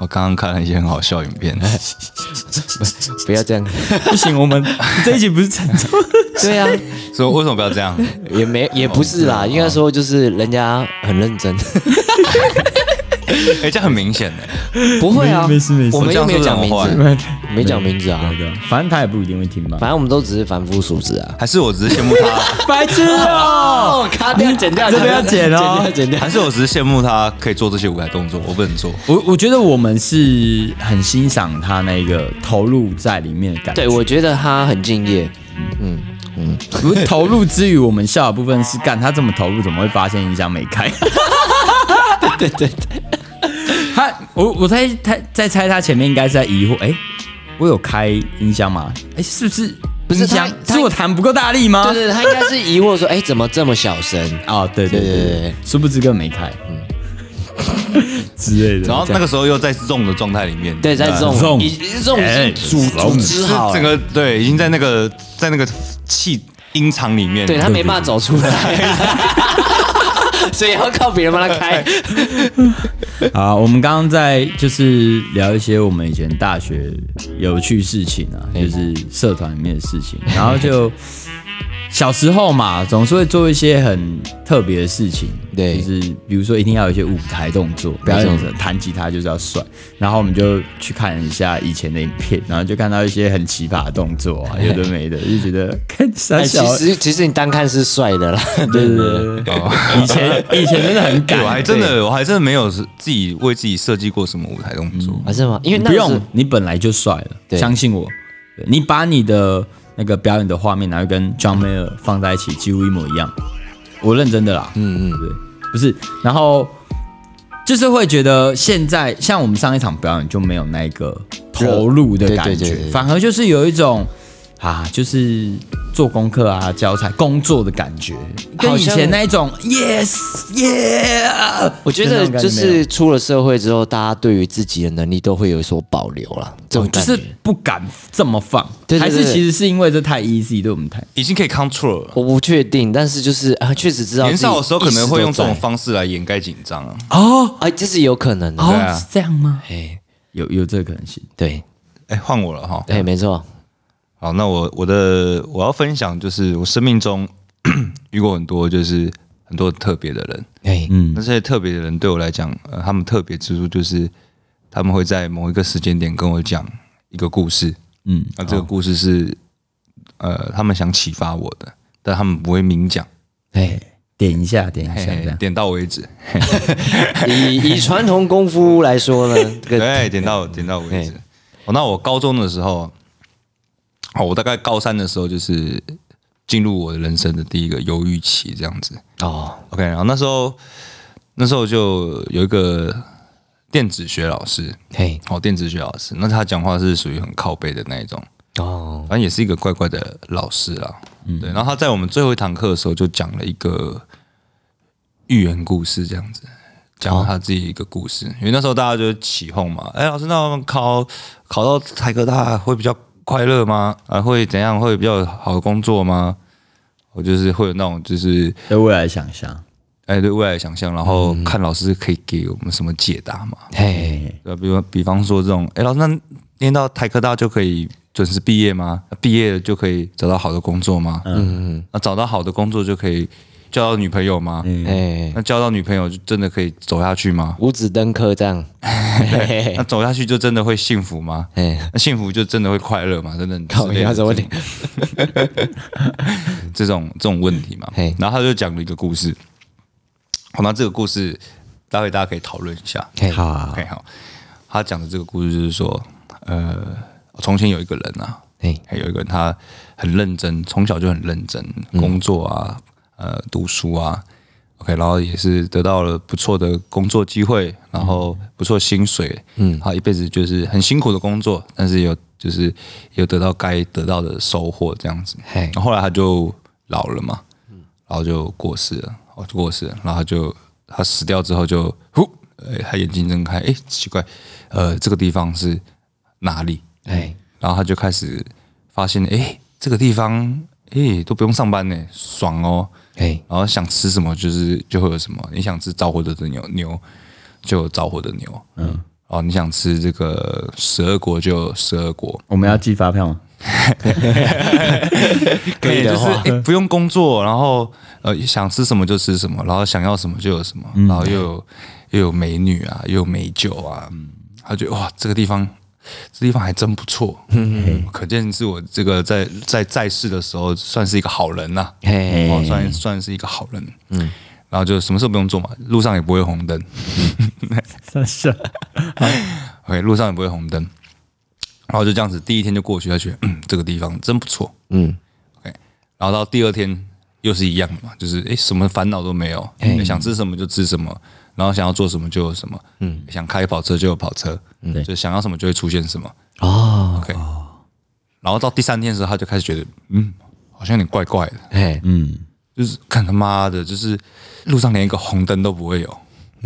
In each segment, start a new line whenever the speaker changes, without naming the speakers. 我刚刚看了一些很好笑的影片。
哎不要这样，
不行，我 们这一集不是沉重，
对啊，
所以为什么不要这样？
也没也不是
哦啊
啦，应该说就是人家很认真，
哎、这样很明显呢、
不会啊，
没事没事
我们又没有讲名
我这样是
字，
不
没讲名字啊
对，对，反正他也不一定会听吧。
反正我们都只是凡夫俗子啊。
还是我只是羡慕 他，
白痴哦、
哦，卡掉，剪掉，
这个要剪哦
剪掉，剪掉。
还是我只是羡慕他可以做这些舞台动作，我不能做。
我我觉得我们是很欣赏他那个投入在里面的感觉。
对，我觉得他很敬业，
不是投入之余，我们笑的部分是干他这么投入，怎么会发现音箱没 开？对对对对，他我我猜他在猜他前面应该是在疑惑，哎、我有开音箱吗？哎、是不是
不是
音箱
他他
是我弹不够大力吗？
对对，对他应该是疑惑说，哎，怎么这么小声？
哦，对对对
对
对
对对
殊不知根本没开， 之类的。
然后那个时候又在 zone 的状态里面，
对，在这种
这种
已这种
哎
已经组
这
组织啊好了，
整个对，已经在那个在那个气音场里面，
对他没办法走出来， 所以要靠别人帮他开。
好，我们刚刚在就是聊一些我们以前大学有趣事情啊，就是社团里面的事情，然后 就小时候嘛，总是会做一些很特别的事情，
对
就是比如说一定要有一些舞台动作，表演者弹吉他就是要帅，然后我们就去看一下以前的影片，然后就看到一些很奇葩的动作啊，有的没的，就觉得看傻
哎，
小
其。实其实你单看是帅的哦啦，
对对对对对，以前以前真的很
对
敢，
我还真的我还真的没有是自己为自己设计过什么舞台动作。
啊是吗？因为那
不
个是
用，你本来就帅了，
对
相信我。对你把你的那个表演的画面，然后跟 John Mayer 放在一起，几乎一模一样。我认真的啦，嗯嗯，对，不是，然后就是会觉得现在像我们上一场表演就没有那个投入的感
对对对
觉
对，对
反而就是有一种啊，就是做功课啊、教材、工作的感觉，跟
好
以
像
前那一种 yes yeah，
我觉
那
得
种感
就
没有
是出了社会之后，大家对于自己的能力都会有所保留啦。这种
哦就
感觉
是不敢这么放，
对对
还
对
是
对
其实是因为这太 easy 对我们太
已经可以 control 了。
我不确定，但是就是啊，确实知道
年少的时候可能会用这种
方，
方式来掩盖紧张啊。
哦
哎，这是有可能的。
哦、
对啊
是这样吗？
哎，
有有这个可能性，
对，
哎，换我了哈。
哎，没错，
好，那我我的我要分享就是我生命中 遇过很多就是很多特别的人，
哎，
嗯
那，这些特别的人对我来讲，呃，他们特别之处就是他们会在某一个时间点跟我讲一个故事，
嗯，
那这个故事是、呃他们想启发我的，但他们不会明讲，
哎，
点一下，点一
嘿
下，这
嘿
样，
点到为止，
以以传统功夫来说呢，这个
对，点到点到为止。哦，那我高中的时候，哦，我大概高三的时候就是进入我的人生的第一个忧郁期，这样子。
哦，
OK，然后那时候那时候就有一个电子学老师，
嘿，
哦，电子学老师，那他讲话是属于很靠背的那一种，
哦，
反正也是一个怪怪的老师啦。嗯，对。然后他在我们最后一堂课的时候就讲了一个寓言故事，这样子，讲了他自己一个故事。因为那时候大家就起哄嘛，哎，老师，那我们考考到台科大会比较快乐吗？啊，会怎样？会比较好的工作吗？我就是会有那种就是
对未来想象，
哎对未来的想象，然后看老师可以给我们什么解答嘛。
嘿，
对啊，比如比方说这种，哎，老师，那念到台科大就可以准时毕业吗？毕业了就可以找到好的工作吗？嗯，那找到好的工作就可以交到女朋友吗？
哎，
那交到女朋友就真的可以走下去吗？
五子登科这样，
那走下去就真的会幸福吗？
哎，
那幸福就真的会快乐吗？等等之
靠，
类
你
的
要怎么点？
这种这种问题嘛
嘿。
然后他就讲了一个故事，好，那这个故事待会大家可以讨论一下。
嘿，
好啊，
OK，好，他讲的这个故事就是说，呃，从前有一个人啊，
嘿，
还有一个人他很认真，从小就很认真工作啊，呃，读书啊，OK，然后也是得到了不错的工作机会，然后不错的薪水，嗯，他一辈子就是很辛苦的工作，但是有就是有得到该得到的收获这样子，
嘿
然，后后来他就老了嘛，然后就过世了，哦，就过世了，然后他就他死掉之后就呼，哎，他眼睛睁开，哎，奇怪，呃，这个地方是哪里？
哎，
然后他就开始发现，哎，这个地方，哎，都不用上班呢，爽哦。
哎，
然后想吃什么就是就会有什么，你想吃着火的牛牛就有着火的牛，嗯，哦，你想吃这个十二国就有十二国，
我们要寄发票吗？
可以
就
的
是
话
诶不用工作，然后呃想吃什么就吃什么，然后想要什么就有什么，
嗯
然后又有又有美女啊，又有美酒啊，
嗯
他觉得哇这个地方这地方还真不错，嗯，可见是我这个在在在世的时候算是一个好人呐、
嘿
哦，算算是一个好人，嗯，然后就什么事都不用做嘛，路上也不会红灯。
算是
OK，路上也不会红灯，然后就这样子，第一天就过去，他觉得嗯，这个地方真不错，
嗯
嗯，OK，然后到第二天又是一样的嘛，就是诶，什么烦恼都没有，想吃什么就吃什么，然后想要做什么就有什么，嗯，想开跑车就有跑车，嗯，就想要什么就会出现什么
哦，
，OK，然后到第三天的时候，他就开始觉得嗯，好像有点怪怪的，
哎
嗯
就是看他妈的，就是路上连一个红灯都不会有，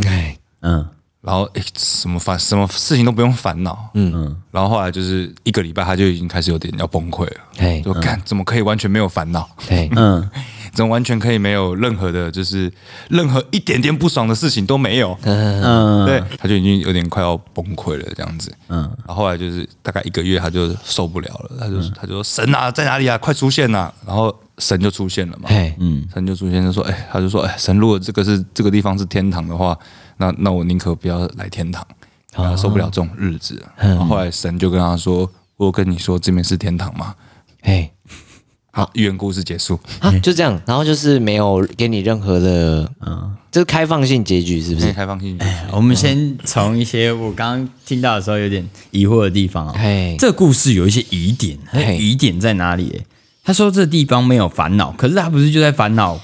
哎，
嗯
然后诶，什么烦什么事情都不用烦恼，嗯嗯，然后后来就是一个礼拜，他就已经开始有点要崩溃了，
嘿
就看怎么可以完全没有烦恼，
嘿，
嗯，
怎么完全可以没有任何的，就是任何一点点不爽的事情都没有，
嗯
对，他就已经有点快要崩溃了这样子，
嗯
嗯，然后后来就是大概一个月，他就受不了了，他就、他就说神啊，在哪里啊，快出现呐、然后神就出现了嘛，
嘿，
嗯，神就出现，就说：“哎、他就说，哎、神，如果这个是这个地方是天堂的话，那那我宁可不要来天堂，啊，受不了这种日子。然后后来神就跟他说：“我有跟你说这边是天堂吗
嘿，？”
好，寓言故事结束。
啊，
嗯
就这样，然后就是没有给你任何的，嗯，这是开放性结局是
今
不
天
是？
哎开放性结
我们先从一些我刚刚听到的时候有点疑惑的地方啊、
嘿，
这故事有一些疑点，那
嘿
疑点在哪里、欸？他说这地方没有烦恼，可是他不是就在烦恼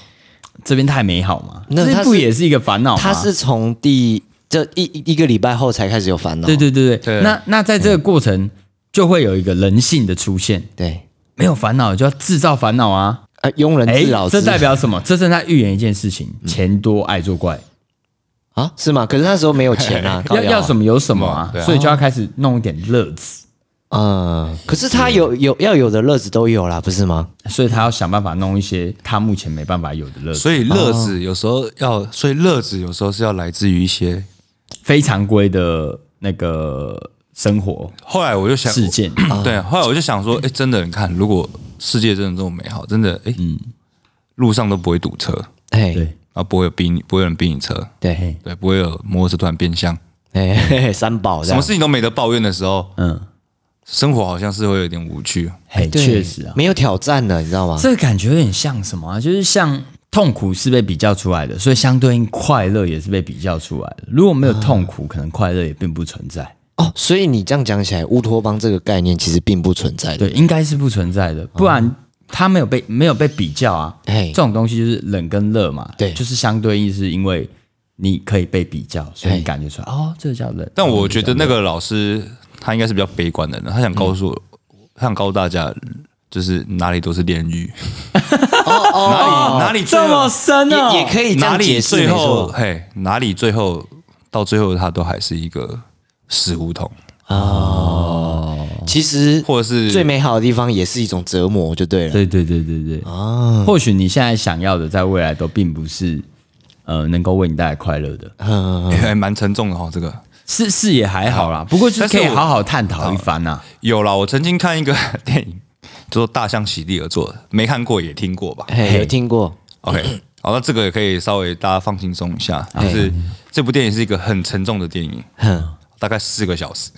这边太美好吗？
那他
这
是
不也是一个烦恼吗？
他是从第这一一一个礼拜后才开始有烦恼，
对对对对，
对嗯
那那在这个过程就会有一个人性的出现，
对，
没有烦恼就要制造烦恼啊！
啊，庸
嗯
人
哎
自扰，
这
自
代表什么？这 正在预言一件事情：钱多爱作怪，
啊是吗？可是那时候没有钱啊，
要要什
么？
么有什么啊
对，啊
所以就要开始弄一点乐子，
嗯，可是他有有要有的乐子都有啦，不是吗？
所以他要想办法弄一些他目前没办法有的乐
束。
子，
所以乐子有时候要，所以乐子有时候是要来自于一些。
非常规的那个生活
后来我就想，
事件。啊
对，后来我就想说，哎、真的，你看，如果世界真的这么美好，真的，哎、
嗯
路上都不会堵车，
嘿，
对，
然后不会有逼你，不会有人逼你车，
对，
对，不会有摩托车突然变向。
哎，嘿 嘿三宝
啊
这
什
样
么事情都没得抱怨的时候，
嗯，
生活好像是会有点无趣。
嘿，
哎对
确实啊，
没有挑战了，你知道吗？
这个感觉有点像什么啊？就是像痛苦是被比较出来的，所以相对应快乐也是被比较出来的。如果没有痛苦，可能快乐也并不存在。
哦，所以你这样讲起来，乌托邦这个概念其实并不存在的。
对，应该是不存在的，不然它没有被没有被比较啊。
嘿
这种东西就是冷跟热嘛，
哎对
就是相对应，是因为你可以被比较，所以
嘿
你感觉出来哦，这个叫冷。
但我觉得那个老师他应该是比较悲观的人，他想告
嗯
诉我，他想告诉大家，就是哪里都是炼狱，
哦
哪 里哪里最
哦这么
后
深哦，
也也可以这
哪
样
里
解释，
最
没
后
错
嘿哪里最后到最后他都还是一个死胡同，
其实
或者是
最美好的地方也是一种折磨，就对了。
对对对对对啊！或许你现在想要的，在未来都并不是呃能够为你带来快乐的，
哎还蛮沉重的哈、这个
是是也还好啦，不过就是
但是
可以
我
好好探讨一番啊呐、
有啦，我曾经看一个 电影，叫做《大象席地而坐》，没看过也听过吧？
嘿，有听过？
OK，好，那这个也可以稍微大家放轻松一下，
哎
就是这部电影是一个很沉重的电影，
哼，
大概四个小时，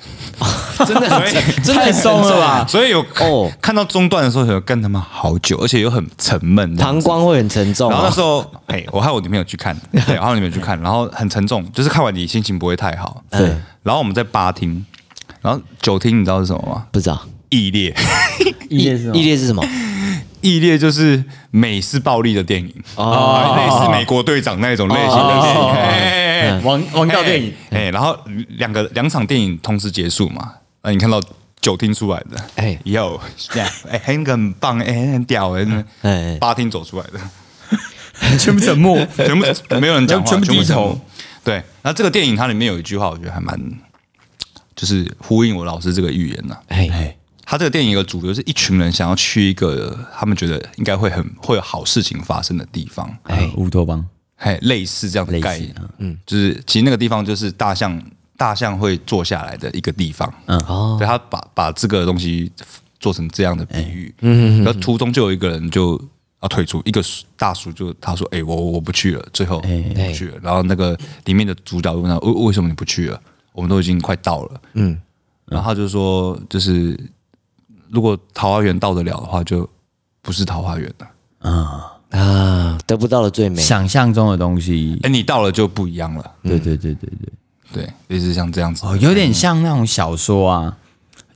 真的很真的
太
很
松了吧？
所以有
哦
哦看到中段的时候，有干他妈好久，而且又很沉闷这样
膀
子。
胱会很沉重
然后那
啊。
时候，哎，我和我女朋友去看，对，我和我女朋友去看，然后很沉重，就是看完你心情不会太好。
对，
然后我们在八厅，然后九厅你知道是什么吗？
不知道
异列，
异
异列是什么？
异列就是美式暴力的电影，哦，类似美国队长那种类型的电影
哦
哎哎，哎哎
王王道电影，
哎、哎然后两个两场电影同时结束嘛，那、你看到九厅出来的，
哎
哎、有，哎，很很棒，哎、很屌，哎、
哎
八厅走出来的，
全部沉默。
全 部没有人讲话，
全部低头
沉默。对，那这个电影它里面有一句话，我觉得还蛮，就是呼应我老师这个预言呐、
哎
他这个电影的主流是一群人想要去一个他们觉得应该会很会有好事情发生的地方，
哎，乌托邦，
嗯嘿，类似这样的概念，嗯，就是其实那个地方就是大象大象会坐下来的一个地方。嗯，
哦
对他把把这个东西做成这样的比喻。嗯，然后途中就有一个人就要退出，一个大叔就他说：“哎、我我不去了。”最后不去了。然后那个里面的主角就问他：“呃为为什么你不去了？我们都已经快到了。”嗯，然后他就说：“就是如果桃花源到得了的话，就不是桃花源了。
啊，得不到的最美。
想象中的东西
哎、，你到了就不一样了。”
对对对对对，
对，类似像这样子。
嗯哦，有点像那种小说啊，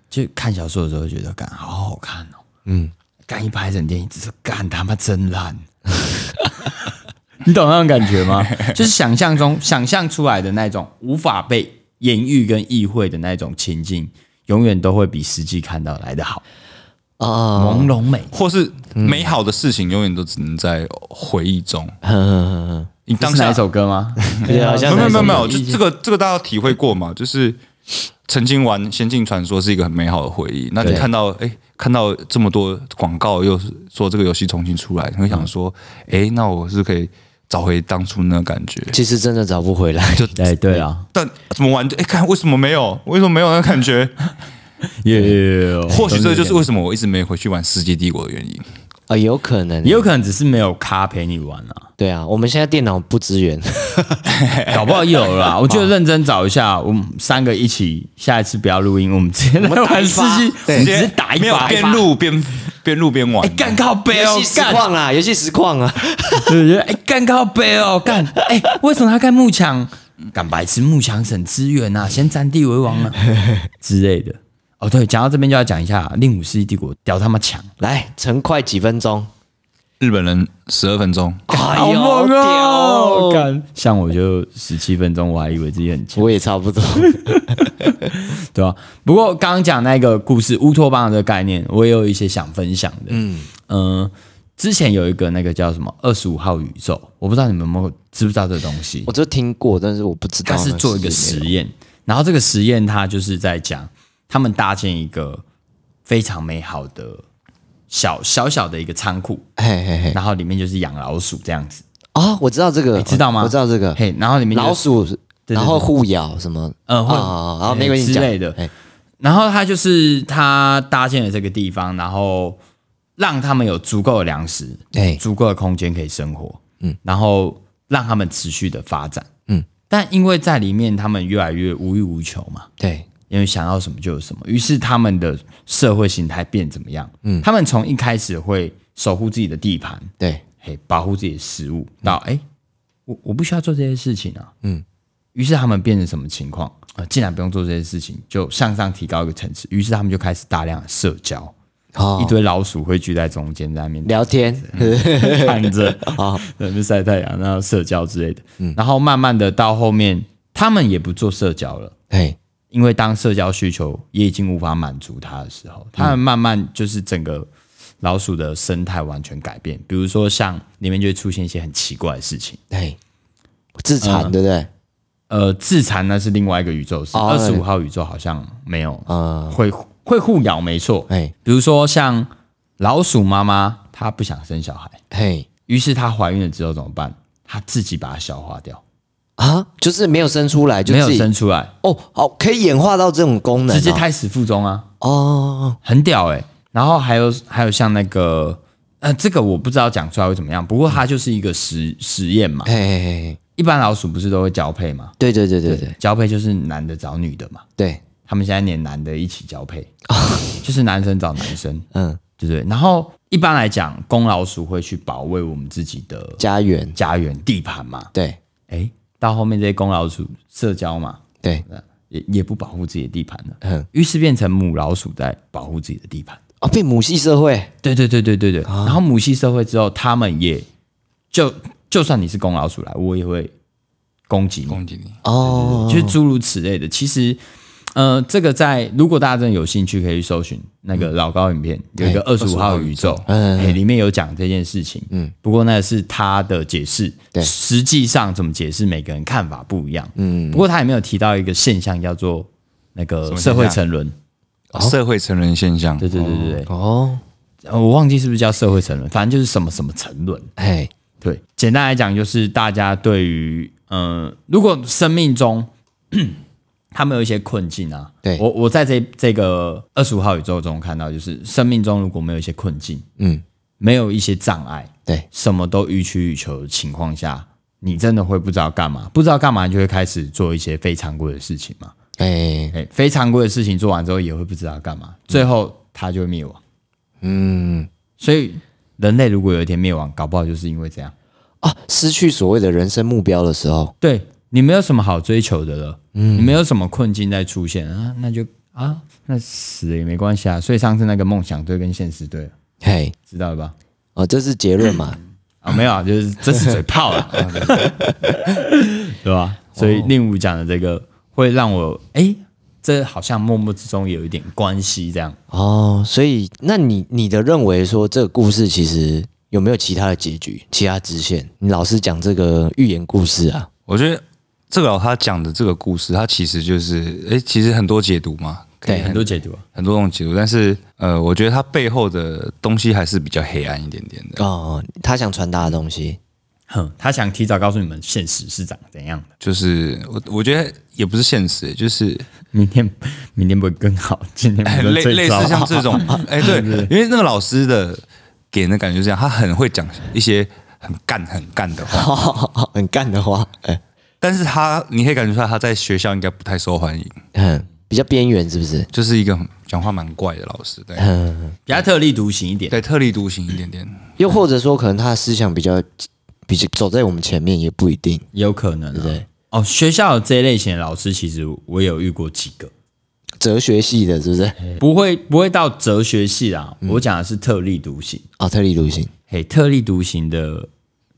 就看小说的时候觉得，干好好看哦，嗯，干一拍成电影，只是干他妈真 烂，你懂那种感觉 吗？就是想象中想象出来的那种无法被言喻跟意会的那种情境，永远都会比实际看到来的好，
哦，
朦胧美。
或是美好的事情，永远都只能在回忆中。你
当
当
是哪
下
一首歌吗？
对啊，好
没
像
有没有没有没有，
哪一
就
首
这个这个大家体会过嘛？就是曾经玩《仙境传说》是一个很美好的回忆，那你
对
看到哎、看到这么多广告，又是说这个游戏重新出来，你会想说，哎、那我是可以找回当初那个感觉。
其实真的找不回来。
哎，对啊，
但怎么玩？哎、看为什么没有？为什么没有那个感 觉？
也
或许这就是为什么我一直没回去玩《世纪帝国》的原因。
啊，有可能，
也有可能只是没有咖陪你玩啊。
对啊，我们现在电脑不支援，
搞不好 有啦。我觉
哦
得认真找一下，我们三个一起，下一次不要录音，我们直接来玩世纪，我们直接打一
没有
把
边。录边边录边玩
哎，，干靠背哦
游戏，实
干，
况啦，游戏实况啊，
对对对，哎，干靠背哦，干，哎，为什么他盖幕墙？干白痴，幕墙省资源啊，先占地为王 啊之类的。哦，对，讲到这边就要讲一下《令武世纪帝国》，屌他妈强，
来，成快几分钟，
日本人十二分钟，
哎
好猛
屌
哦！干，像我就十七分钟，我还以为自己很强。
我也差不多，
对啊，不过刚刚讲那个故事乌托邦的这个概念，我也有一些想分享的。嗯呃，之前有一个那个叫什么二十五号宇宙，我不知道你们有没有知不知道这个东西
我？就听过，但是我不知道
它是做一个实验，然后这个实验它就是在讲他们搭建一个非常美好的小小小的一个仓库，
嘿嘿嘿
然后里面就是养老鼠这样子，
啊，我知道这个，
你知道吗？
我知道这个
嘿，然后里面就是
老鼠，
对
然后互咬什么，
嗯会
啊然后没关系
之
讲哎
类的
嘿
然后他就是他搭建了这个地方，然后让他们有足够的粮食，
哎
足够的空间可以生活，嗯，然后让他们持续的发展，
嗯
嗯。但因为在里面，他们越来越无欲无求嘛，
对，
因为想要什么就有什么，于是他们的社会形态变怎么样？嗯，他们从一开始会守护自己的地盘，
对，
嘿，保护自己的食物，到哎、我我不需要做这些事情啊，嗯，于是他们变成什么情况啊、呃既然不用做这些事情，就向上提高一个层次，于是他们就开始大量的社交，
好
一堆老鼠会聚在中间，在那边
聊天，
躺着啊，在那边晒太阳，然后社交之类的，然后慢慢的到后面，他们也不做社交了。
嘿，
因为当社交需求也已经无法满足它的时候，它们慢慢就是整个老鼠的生态完全改变。比如说，像里面就会出现一些很奇怪的事情。
嘿，自
嗯
残对不对？
呃，自残那是另外一个宇宙是
哦
二十五号宇宙，好像没有
啊
会会互咬，没错。
哎
比如说像老鼠妈妈，她不想生小孩，
嘿
于是她怀孕了之后怎么办？她自己把它消化掉，
啊，就是没有生出来，就
没有
自己
生出来，
哦，好，可以演化到这种功能哦，
直接胎死腹中啊。
哦，
很屌哎、然后还有还有像那个呃，这个我不知道讲出来会怎么样，不过它就是一个实实验嘛
嘿。嘿嘿嘿，
一般老鼠不是都会交配嘛？
对对对对对
交配就是男的找女的嘛。
对，
他们现在连男的一起交配，就是男生找男生，
哦嗯，
对不对？然后一般来讲，公老鼠会去保卫我们自己的
家园，
家园地盘嘛。
对
哎，到后面这些公老鼠社交嘛，
对，
也也不保护自己的地盘了，
嗯
于是变成母老鼠在保护自己的地盘。
哦，变母系社会，
对对对对对对。然后母系社会之后，他们也就就算你是公老鼠来，我也会攻击你，
攻击你。
哦，
就是诸如此类的。其实，呃，这个在如果大家真的有兴趣，可以去搜寻那个老高影片，有一个二十五号宇宙，
嗯
哎，里面有讲这件事情。嗯，不过那是他的解释，
对
实际上怎么解释，每个人看法不一样。嗯，不过他也没有提到一个现象叫做那个
么现
社会
象
沉沦。
社会成人现象，
哦对对对对对，
哦，
呃我忘记是不是叫社会沉沦，反正就是什么什么沉沦。
嘿，
对，简单来讲就是大家对于嗯、呃如果生命中 他们有一些困境啊。
对
我，我在这这个二十五号宇宙中看到，就是生命中如果没有一些困境，
嗯，
没有一些障碍，
对，
什么都予取予求的情况下，你真的会不知道干嘛，不知道干嘛，你就会开始做一些非常规的事情嘛。
哎，
哎，非常规的事情做完之后也会不知道干嘛，最后它就会灭亡。
嗯，
所以人类如果有一天灭亡，搞不好就是因为这样。
啊，失去所谓的人生目标的时候，
对你没有什么好追求的了，嗯，你没有什么困境在出现啊，那就啊，那死了也没关系啊。所以上次那个梦想对跟现实对了，
嘿，
知道了吧？
哦，这是结论嘛？
啊，没有啊，就是这是嘴炮 了，啊对哦吧？所以令武讲的这个会让我哎、这好像默默之中有一点关系这样。
哦，所以那你你的认为说这个故事其实有没有其他的结局、其他支线？你老是讲这个寓言故事啊，
我觉得这个老他讲的这个故事，他其实就是，哎，其实很多解读嘛，可以
对
很多解读啊，
很多种解读，但是呃，我觉得它背后的东西还是比较黑暗一点点的，
哦，他想传达的东西，
哼，他想提早告诉你们现实是长怎样的，
就是我我觉得也不是现实，就是
明天明天不会更好，今天
哎
不
类
是
类
最糟
似像这 种，哎，对，因为那个老师的给人的感觉是这样，他很会讲一些很干很干的话，
很干的话， 哎，
但是他你可以感觉出来他在学校应该不太受欢迎，
嗯，比较边缘是不是？
就是一个讲话蛮怪的老师，对
比较特立独行一点。
对，特立独行一点点，
又或者说，可能他的思想比较比较走在我们前面，也不一定。
有可能、啊，
对
哦，学校这一类型的老师，其实我有遇过几个，
哲学系的是不是？
不会不会到哲学系啦，
嗯
我讲的是特立独行。
哦，特立独行，
嘿，特立独行的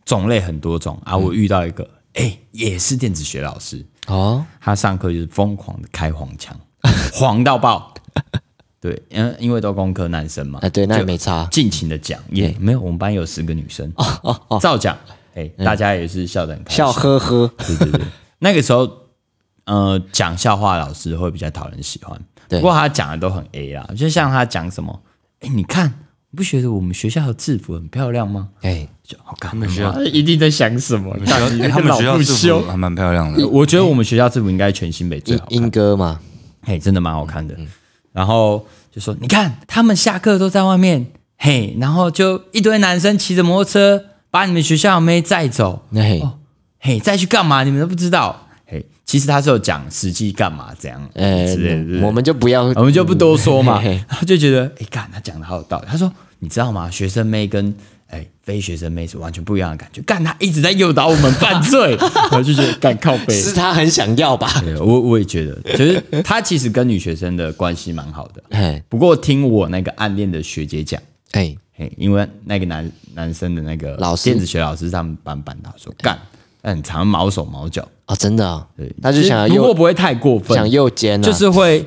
种类很多种啊，
嗯
我遇到一个，哎、也是电子学老师，
哦，
他上课就是疯狂的开黄腔， 黄到爆。对，嗯，因为都工科男生嘛，
啊，对，那也没差。
尽情的讲，也没有，我们班有十个女生，
哦
照讲，哎，
嗯
大家也是笑得很开心
笑呵呵，
对对对， 那个时候，呃，讲笑话的老师会比较讨人喜欢。
对
不过他讲的都很 A 啦，就像他讲什么，哎，你看，你不觉得我们学校的制服很漂亮吗？
哎，
就好看，他们
学校
一定在想什么？
学校哎他啊们学校
不
制
修
哦
服。还蛮漂亮的，
我觉得我们学校制服应该全新北
嗯
最
英
好看，
英哥嘛，
嘿，真的蛮好看的。然后就说，你看他们下课都在外面，嘿，然后就一堆男生骑着摩托车把你们学校的妹载走，
那嘿，
嘿，再去干嘛？你们都不知道。嘿，其实他是有讲实际干嘛怎样，
呃
之类的对，
我们就不要
我们就不多说 嘛。
嘿嘿
然后就觉得，哎，干，他讲的好有道理。他说，你知道吗？学生妹跟哎非学生妹是完全不一样的感觉。干，他一直在诱导我们犯 罪，然后就觉得干靠背。
是他很想要吧？
对，我我也觉得，就是他其实跟女学生的关系蛮好的。
哎
不过听我那个暗恋的学姐讲，
哎，
嘿，因为那个男男生的那个
老师
电子学老师，他们班班导说，干，那很常毛手毛脚。
哦，真的啊
对，，
他就想要
其实不过
右
不会太过分，
想右肩啊，
就是会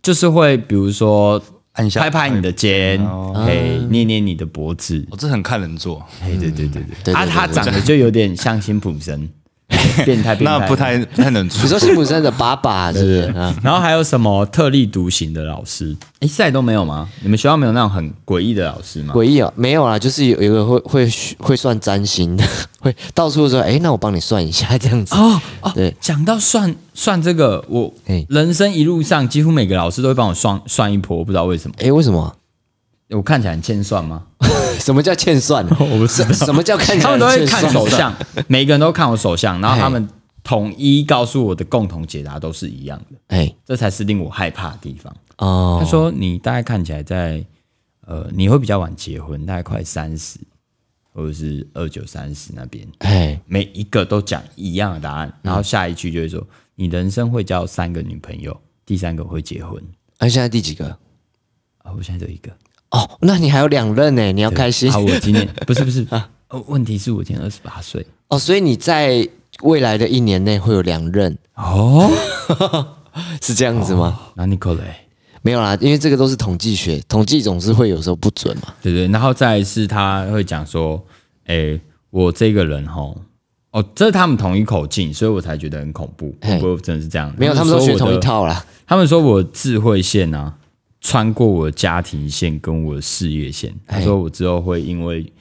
就是会，比如说
按一下
拍拍哦啊你的肩，嘿，捏捏你的脖子，
我这很看人做，
嘿，对对对
对
对，啊，
对对
他长得就有点像辛普森， 变态变态，
那不。 太不太能
你
做。
说辛普森的爸爸是不是？啊，
然后还有什么特立独行的老师？哎，赛都没有吗？你们学校没有那种很诡异的老师吗？
诡异哦，没有啦，就是有有一个会会会算占星的， 会到处说，哎，那我帮你算一下这样子。
哦哦，
对
讲到算算这个，我
嘿
人生一路上几乎每个老师都会帮我算算一波，我不知道为什么。
哎，为什么？
我看起来很欠算吗？
什么叫欠算？
我不知道
什什么叫看起来
他们都会看
欠算
手相，每个人都看我手相，然后他们统一告诉我的共同解答都是一样的，
哎
这才是令我害怕的地方。
哦
他，说你大概看起来在呃，你会比较晚结婚，大概快三十或者是二九三十那边，
哎
每一个都讲一样的答
嗯
案，然后下一句就会说你人生会交三个女朋友，第三个会结婚。
那哎现在第几个？
啊、我现在就一个，
哦，那你还有两任呢，你要开心
啊，我 今年不是不是哦，问题是我今年二十八岁。
哦。所以你在未来的一年内会有两任，
哦，
是这样子吗？
那 Nicole 嘞
没有啦，因为这个都是统计学，统计总是会有时候不准嘛。
对对，然后再来是他会讲说，哎，我这个人吼，哦，这是他们同一口径，所以我才觉得很恐怖。
嘿
会不会真的是这样？
没有，他们
说
都
我
学
的
同一。套啦。
他们说我的智慧线啊，穿过我的家庭线跟我的事业线。他说我之后会因为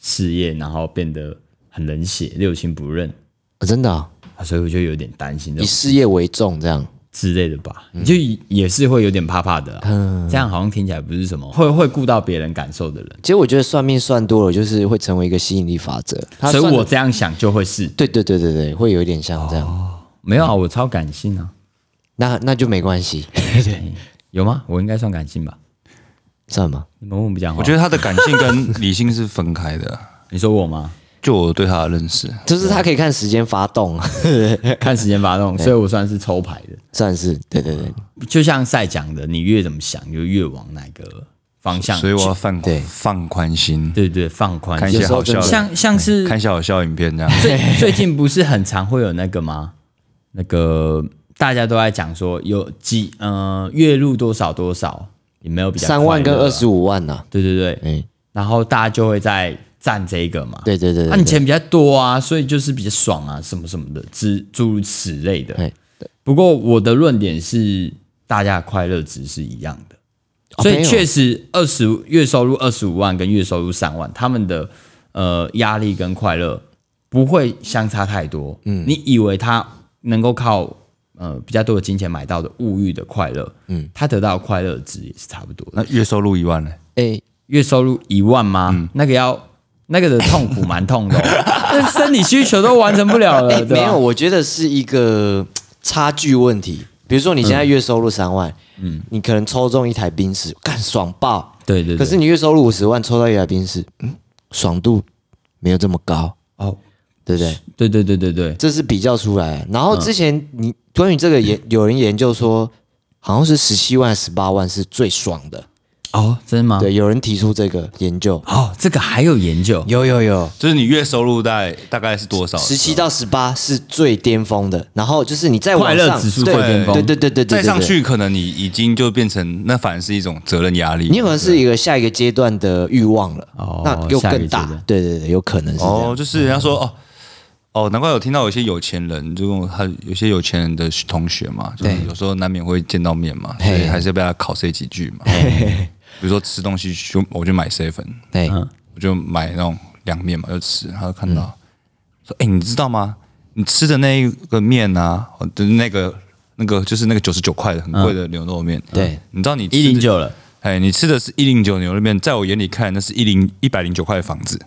事业，然后变得很冷血、六亲不认。
哦真的哦、
啊所以我就有点担心这
以
种
事业为重这样。
之类的吧，
嗯
你就也是会有点怕怕的、啊。这样好像听起来不是什么会会顾到别人感受的人，
其实我觉得算命算多了，就是会成为一个吸引力法则。他
所以
算
我
得
这样想就会是
对对对对对，会有一点像这样。
没有啊，我超感性啊，
那那就没关系，
有吗？我应该算感性吧？
算吗？
你们问不讲话，
我觉得他的感性跟理性是分开的，
你说我 吗？
就我对他的认识。
就是
啊
他可以看时间发动，啊
看时间发动，所以我算是抽牌的。
算是对对对，
就像赛讲的，你越怎么想，就越往哪个方向去。
所以我要放
对
放宽心，
对对放宽
看一
心，
些好笑的，
像像是
看一些好笑的影片这样。
最最近不是很常会有那个吗？那个大家都在讲说有几呃月入多少多少，有没有比较
三万
快
跟
乐啊
二十五万呐，
对对对，
哎，
然后大家就会在赞这个嘛。
对对对
那、
对
啊你
对
钱比较多啊，所以就是比较爽啊，什么什么的，之诸如此类的
哎。
不过我的论点是，大家的快乐值是一样的，
哦
所
没
以
有
确实二十月收入二十五万跟月收入三万，他们的呃压力跟快乐不会相差太多。嗯，你以为他能够靠呃比较多的金钱买到的物欲的快乐，嗯，他得到的快乐值也是差不多的。
那月收入一万呢？
哎，
月收入一万吗？那个要那个的痛苦蛮痛的、 哦，那生理需求都完成不了
哎、
了，对吧啊
没有，我觉得是一个差距问题。比如说，你现在月收入三万，嗯，你可能抽中一台宾士，干爽爆。
对对对
可是你月收入五十万，抽到一台宾士，嗯，爽度没有这么高，
哦，
对不对？
对对对对对，
这是比较出来的。然
嗯
后之前你关于这个研，有人研究说，好像是十七万、十八万是最爽的。
哦，真的吗？
对，有人提出这个研究，
哦，这个还有研究，
有有有，
就是你月收入大概大概是多少？
十七到十八是最巅峰的。然后就是你再往
快
上，
乐指数
对
最巅峰
对对对对对对，
再上
对
去，可能你已经就变成那反而是一种责任压力。
你可能是一个下一个阶段的欲望了，
哦
那又更
下一
大
个阶段，
对对对，有可能是这样。
哦，就是人家说哦哦，难怪有听到有些有钱人，就跟我他有些有钱人的同学嘛，就是
对
有时候难免会见到面嘛，所
嘿
以还是被他考这几句 嘛。比如说吃东西就我就买 seven，
对，
嗯
我就买那种凉面嘛，就吃，他就看到、
嗯
说：“哎、你知道吗？你吃的那一个面啊，哦就是那个那个就是那个九十九块的很贵的牛肉面，嗯
对
你知道你吃的
一零，九了，
哎，你吃的是一零九牛肉面，在我眼里看那是一零一百零九块的房子，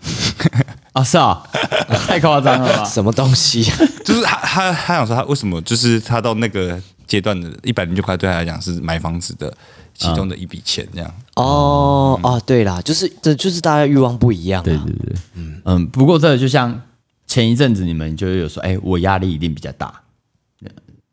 哦，是啊、哦， 太夸张了吧？
什么东西？啊
就是他他他想说他为什么就是他到那个阶段的一百零九块对他来讲是买房子的其中的一笔钱这样，
哦哦，对啦，就是这就是大家欲望不一样
对
啊。
对对，嗯 嗯，不过这个就像前一阵子你们就有说，哎、我压力一定比较大，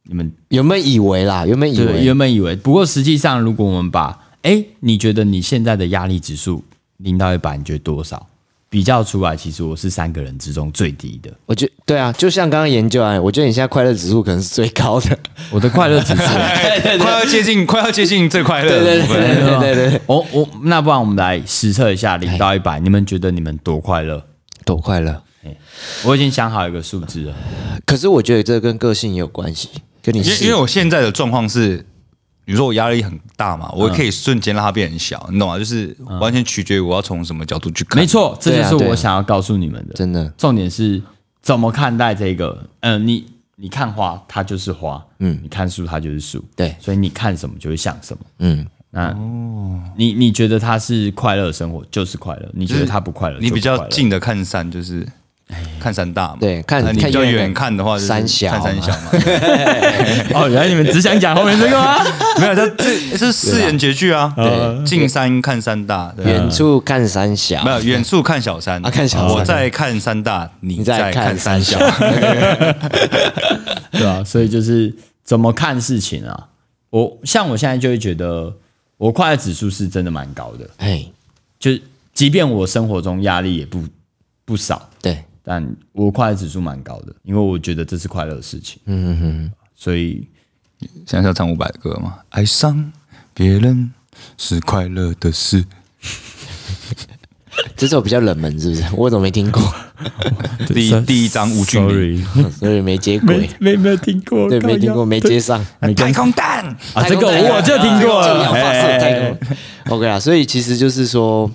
你们
原本以为啦，原本以
对，
为
原本以为，不过实际上，如果我们把哎，你觉得你现在的压力指数零到一百，你觉得多少？比较出来，其实我是三个人之中最低的，
我觉对啊，就像刚刚研究啊，我觉得你现在快乐指数可能是最高的。
我的快乐 指数。
哎
快要接近快要接近最快乐
对
的
对
部
对
分。
对对对对，哎
我我那不然我们来实测一下，零到一百，你们觉得你们 多快乐？
多快乐！
我已经想好一个数字了，
可是我觉得这跟个性也有关系，跟你
因为
是
因为我现在的状况是，比如说我压力很大
嗯
嘛，我可以瞬间让它变很小，你懂吗？就是完全取决于我要从什么角度去看。
没，错，这
对
就
啊
是
对啊
我想要告诉你们的。
真的
重点是怎么看待这个？嗯，你你看花，它就是花；嗯，你看树，它就是树。
对
所以你看什么就会像什么。
嗯，
那你你觉得他是快乐的生活就是快乐，你觉得他不
哦
快乐，
你比
就
较
不快乐。
近的看山就是看山大嘛，
对看
那你比较
看远
远看的话就是
山小
看山
嘛
小嘛，
哦，原来你们只想讲后面这个吗？
没有，这这是四言绝句啊，对，近山看山大，对啊
远处看山小
没，有远处看小山
啊看小山
我在看山大，你
你在
在
看
看
山
山
小。
小，
对啊，所以就是怎么看事情啊？我像我现在就会觉得，我快乐指数是真的蛮高的，
嘿，
就是即便我生活中压力也不不少，
对，
但我快乐指数蛮高的，因为我觉得这是快乐的事情。嗯嗯嗯，所以
现在是要唱五百个嘛？爱上别人是快乐的事，
这首比较冷门，是不是？我怎么没听 过？
第一第一张吴俊霖。
Sorry，
所以没接轨，
没没有听过，
对，没听
靠
过，
腰
没接上。
哎太空蛋，
啊，这个我就听过了，
太空太
哎
空太空 OK 啦，所以其实就是说，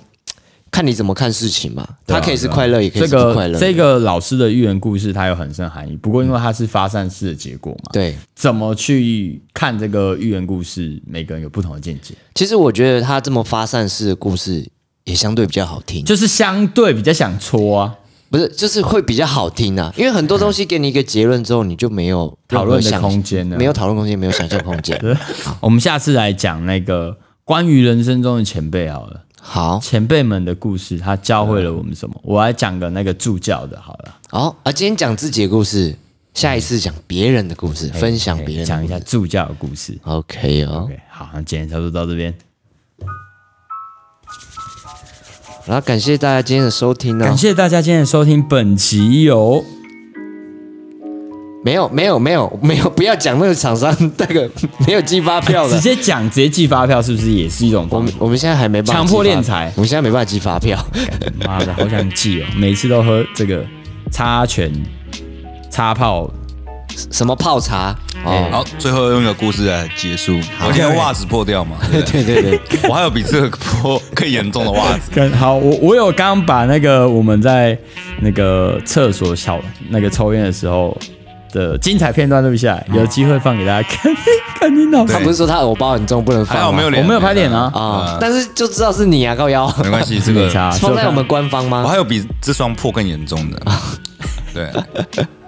看你怎么看事情嘛。
对啊
它可以是
对啊
快乐，也可以
这
是不快乐的。
个这个老师的寓言故事，它有很深含义。不过因为它是发散式的结果嘛，
对，
怎么去看这个寓言故事，每个人有不同的见解，
其实我觉得他这么发散式的故事也相对比较好听，
就是相对比较想戳啊。
不是就是会比较好听啊。因为很多东西给你一个结论之后，你就没有
讨论的
任何想
空间啊了
没有讨论空间，没有想象空间。
我们下次来讲那个关于人生中的前辈好了，
好，
前辈们的故事，他教会了我们什么？我来讲个那个助教的好了，
好啊，今天讲自己的故事，下一次讲别人的故事，分享别人的
嗯哎讲
故
一
事
下助教的故事。
OK 哦，
OK，好，那今天差不多到这边，
然后感谢大家今天的收听哦
感。谢大家今天的收听，本集哦由。
没有没有没有 没有，不要讲那个厂商 那 个没有寄发票的
直。接讲，直接寄发票，是不是也是一种
我
方
们
法？
我们现在还没办法
强迫
寄发
敛财
我们现在没办法寄发 票。
妈的，好想寄哦！每次都喝这个插拳、插炮，
什么泡茶？
哎
哦，
好，最后用一个故事来结束。我现在袜子破 掉嘛，对不对
对对对，
我还有比这个破更严重的袜 子。
跟好，我我有刚刚把那个我们在那个厕所小那个抽烟的时候的精彩片段录下来，有机会放给大家看。 看你脑
对
他不是说他偶包很重，不能放
还
吗？
好没有脸，
我没有拍脸啊
啊
嗯，
但是就知道是你啊，高腰。
没关系，这
没差
个
放在我们官方
啊我
吗？
还有比这双破更严重的。
啊
对，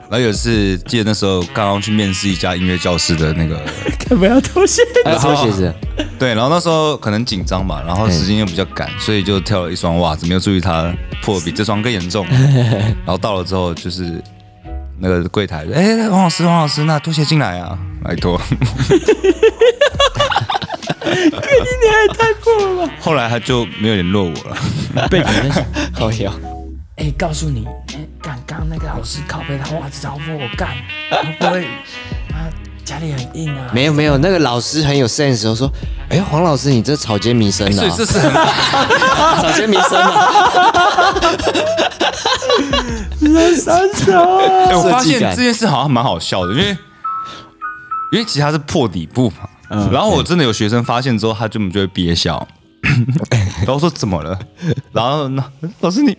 然后有一次记得那时候刚刚去面试一家音乐教室的那个，
看 不要脱线。
还有什么鞋子？
对，然后那时候可能紧张吧，然后时间又比较赶，所以就挑了一双袜子，没有注意它破得比这双更严重。然后到了之后就是。那个柜台，哎、王老师，王老师，那拖鞋进来啊，来拖。后来他就没有联络我了。
被你 们想，
高腰。
哎、告诉你，哎、刚刚那个老师拷贝他袜子找我干，他不会，他家里很硬啊。
没有没有，那个老师很有 sense，我说，哎，黄老师，你这草间弥生
所以
啊，
这是很
草间弥 生啊，
哎，我发
设计
现
感
这件事好像蛮好笑的，因为因为其实它是破底部嘛。
嗯
然后我真的有学生发现之后，他根本就会憋 笑，然后说怎么了？然后呢老师你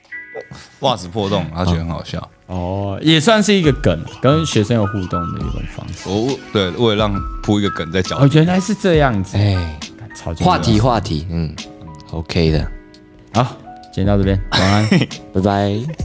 袜子破洞，他觉得很好笑。
哦，也算是一个梗，跟学生有互动的一种方式。
我对为了让铺一个梗在脚
哦，原来是这样子。
哎，
干超级
话题话题，嗯，OK 的，
好，今天到这边，晚安。
拜拜。